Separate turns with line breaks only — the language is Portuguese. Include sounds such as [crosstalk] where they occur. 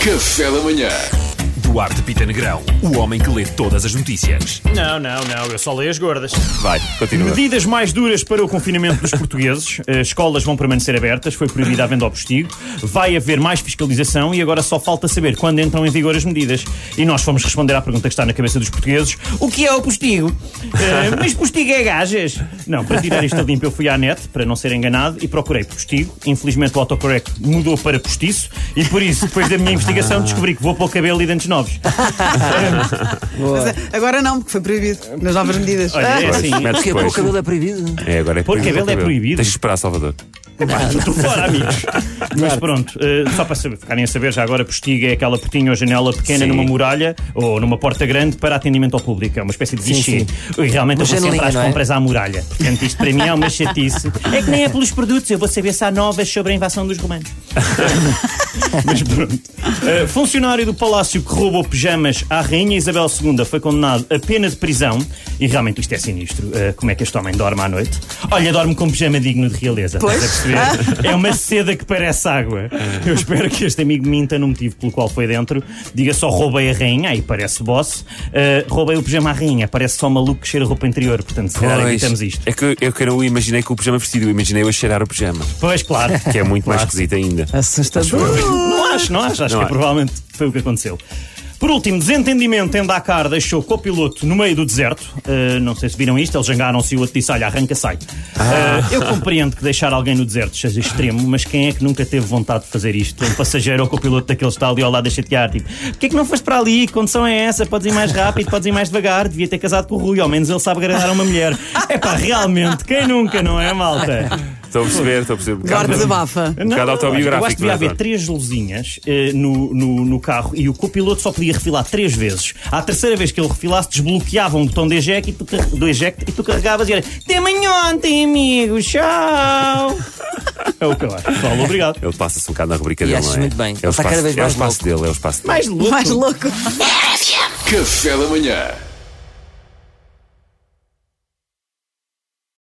Café da manhã.
Duarte Pita Negrão, o homem que lê todas as notícias.
Não, não, não, eu só leio as gordas.
Vai, continua.
Medidas mais duras para o confinamento dos portugueses. [laughs] Eh, escolas vão permanecer abertas, foi proibida a venda ao postigo. Vai haver mais fiscalização e agora só falta saber quando entram em vigor as medidas. E nós fomos responder à pergunta que está na cabeça dos portugueses: o que é o postigo? Eh, mas postigo é gajas? Não, para tirar isto a limpo, eu fui à net para não ser enganado e procurei postigo. Infelizmente o autocorrect mudou para postiço e por isso, depois da minha investigação, descobri que vou pôr cabelo e dentes novos.
Mas, é, agora não, porque foi proibido nas novas medidas.
Olha, é assim.
Mete
Porque
depois.
o cabelo é proibido.
É, agora é
Pôr
proibido.
cabelo é proibido?
Tens de esperar, Salvador.
Estou fora, amigos. Mas pronto, eh, só para saber, ficarem a saber, já agora postiga é aquela portinha ou janela pequena
Sim.
numa muralha ou numa porta grande para atendimento ao público. É uma espécie de guichê. E realmente eu vou
janelinha,
sempre às
não é?
compras à muralha. Portanto, isto para mim é uma chatice. [laughs] É que nem é pelos produtos, eu vou saber se há novas sobre a invasão dos romanos. [laughs] Mas pronto. Uh, funcionário do palácio que roubou pijamas à Rainha Isabel II foi condenado a pena de prisão. E realmente isto é sinistro. Uh, como é que este homem dorme à noite? Olha, dorme com um pijama digno de realeza.
Pois.
Estás a perceber? é uma seda que parece água. Eu espero que este amigo minta no motivo pelo qual foi dentro. Diga só roubei a rainha, aí parece boss. Uh, roubei o pijama à rainha, parece só maluco que cheira roupa interior. Portanto, se calhar evitamos isto.
É que eu, eu que não o imaginei com o pijama vestido, eu imaginei-o a cheirar o pijama,
Pois, claro.
que é muito mais esquisito ainda.
Assustador.
Não acho, não acho. Acho
Não
que
acho.
provavelmente foi o que aconteceu. Por último, desentendimento em Dakar deixou o copiloto no meio do deserto. Uh, não sei se viram isto, eles zangaram-se e o outro disse: Olha, arranca, sai. Uh, eu compreendo que deixar alguém no deserto seja extremo, mas quem é que nunca teve vontade de fazer isto? Um passageiro ou copiloto daquele que está ali ao lado a chatear, tipo: Porquê é que não foste para ali? Que condição é essa? Podes ir mais rápido, podes ir mais devagar. Devia ter casado com o Rui, ao menos ele sabe agradar a uma mulher. É pá, realmente, quem nunca, não é, malta?
Estou a perceber, estou a perceber. Um
Agora
bocado,
desabafa.
um bocado autobiográfico.
Eu acho que devia
não é,
haver
Duarte?
três luzinhas eh, no, no, no carro e o copiloto só podia refilar três vezes. À terceira vez que ele refilasse, desbloqueava um botão de eject e tu, car- do eject, e tu carregavas e era Até amanhã ontem, amigo, tchau! é o que eu acho. Pessoal, obrigado.
Ele passa-se um bocado na rubrica
E
dele,
achas
não é?
muito bem.
É o
Está
espaço,
cada
é
vez
o
mais
espaço dele, é o espaço dele.
Mais louco.
Mais louco.
Café da manhã.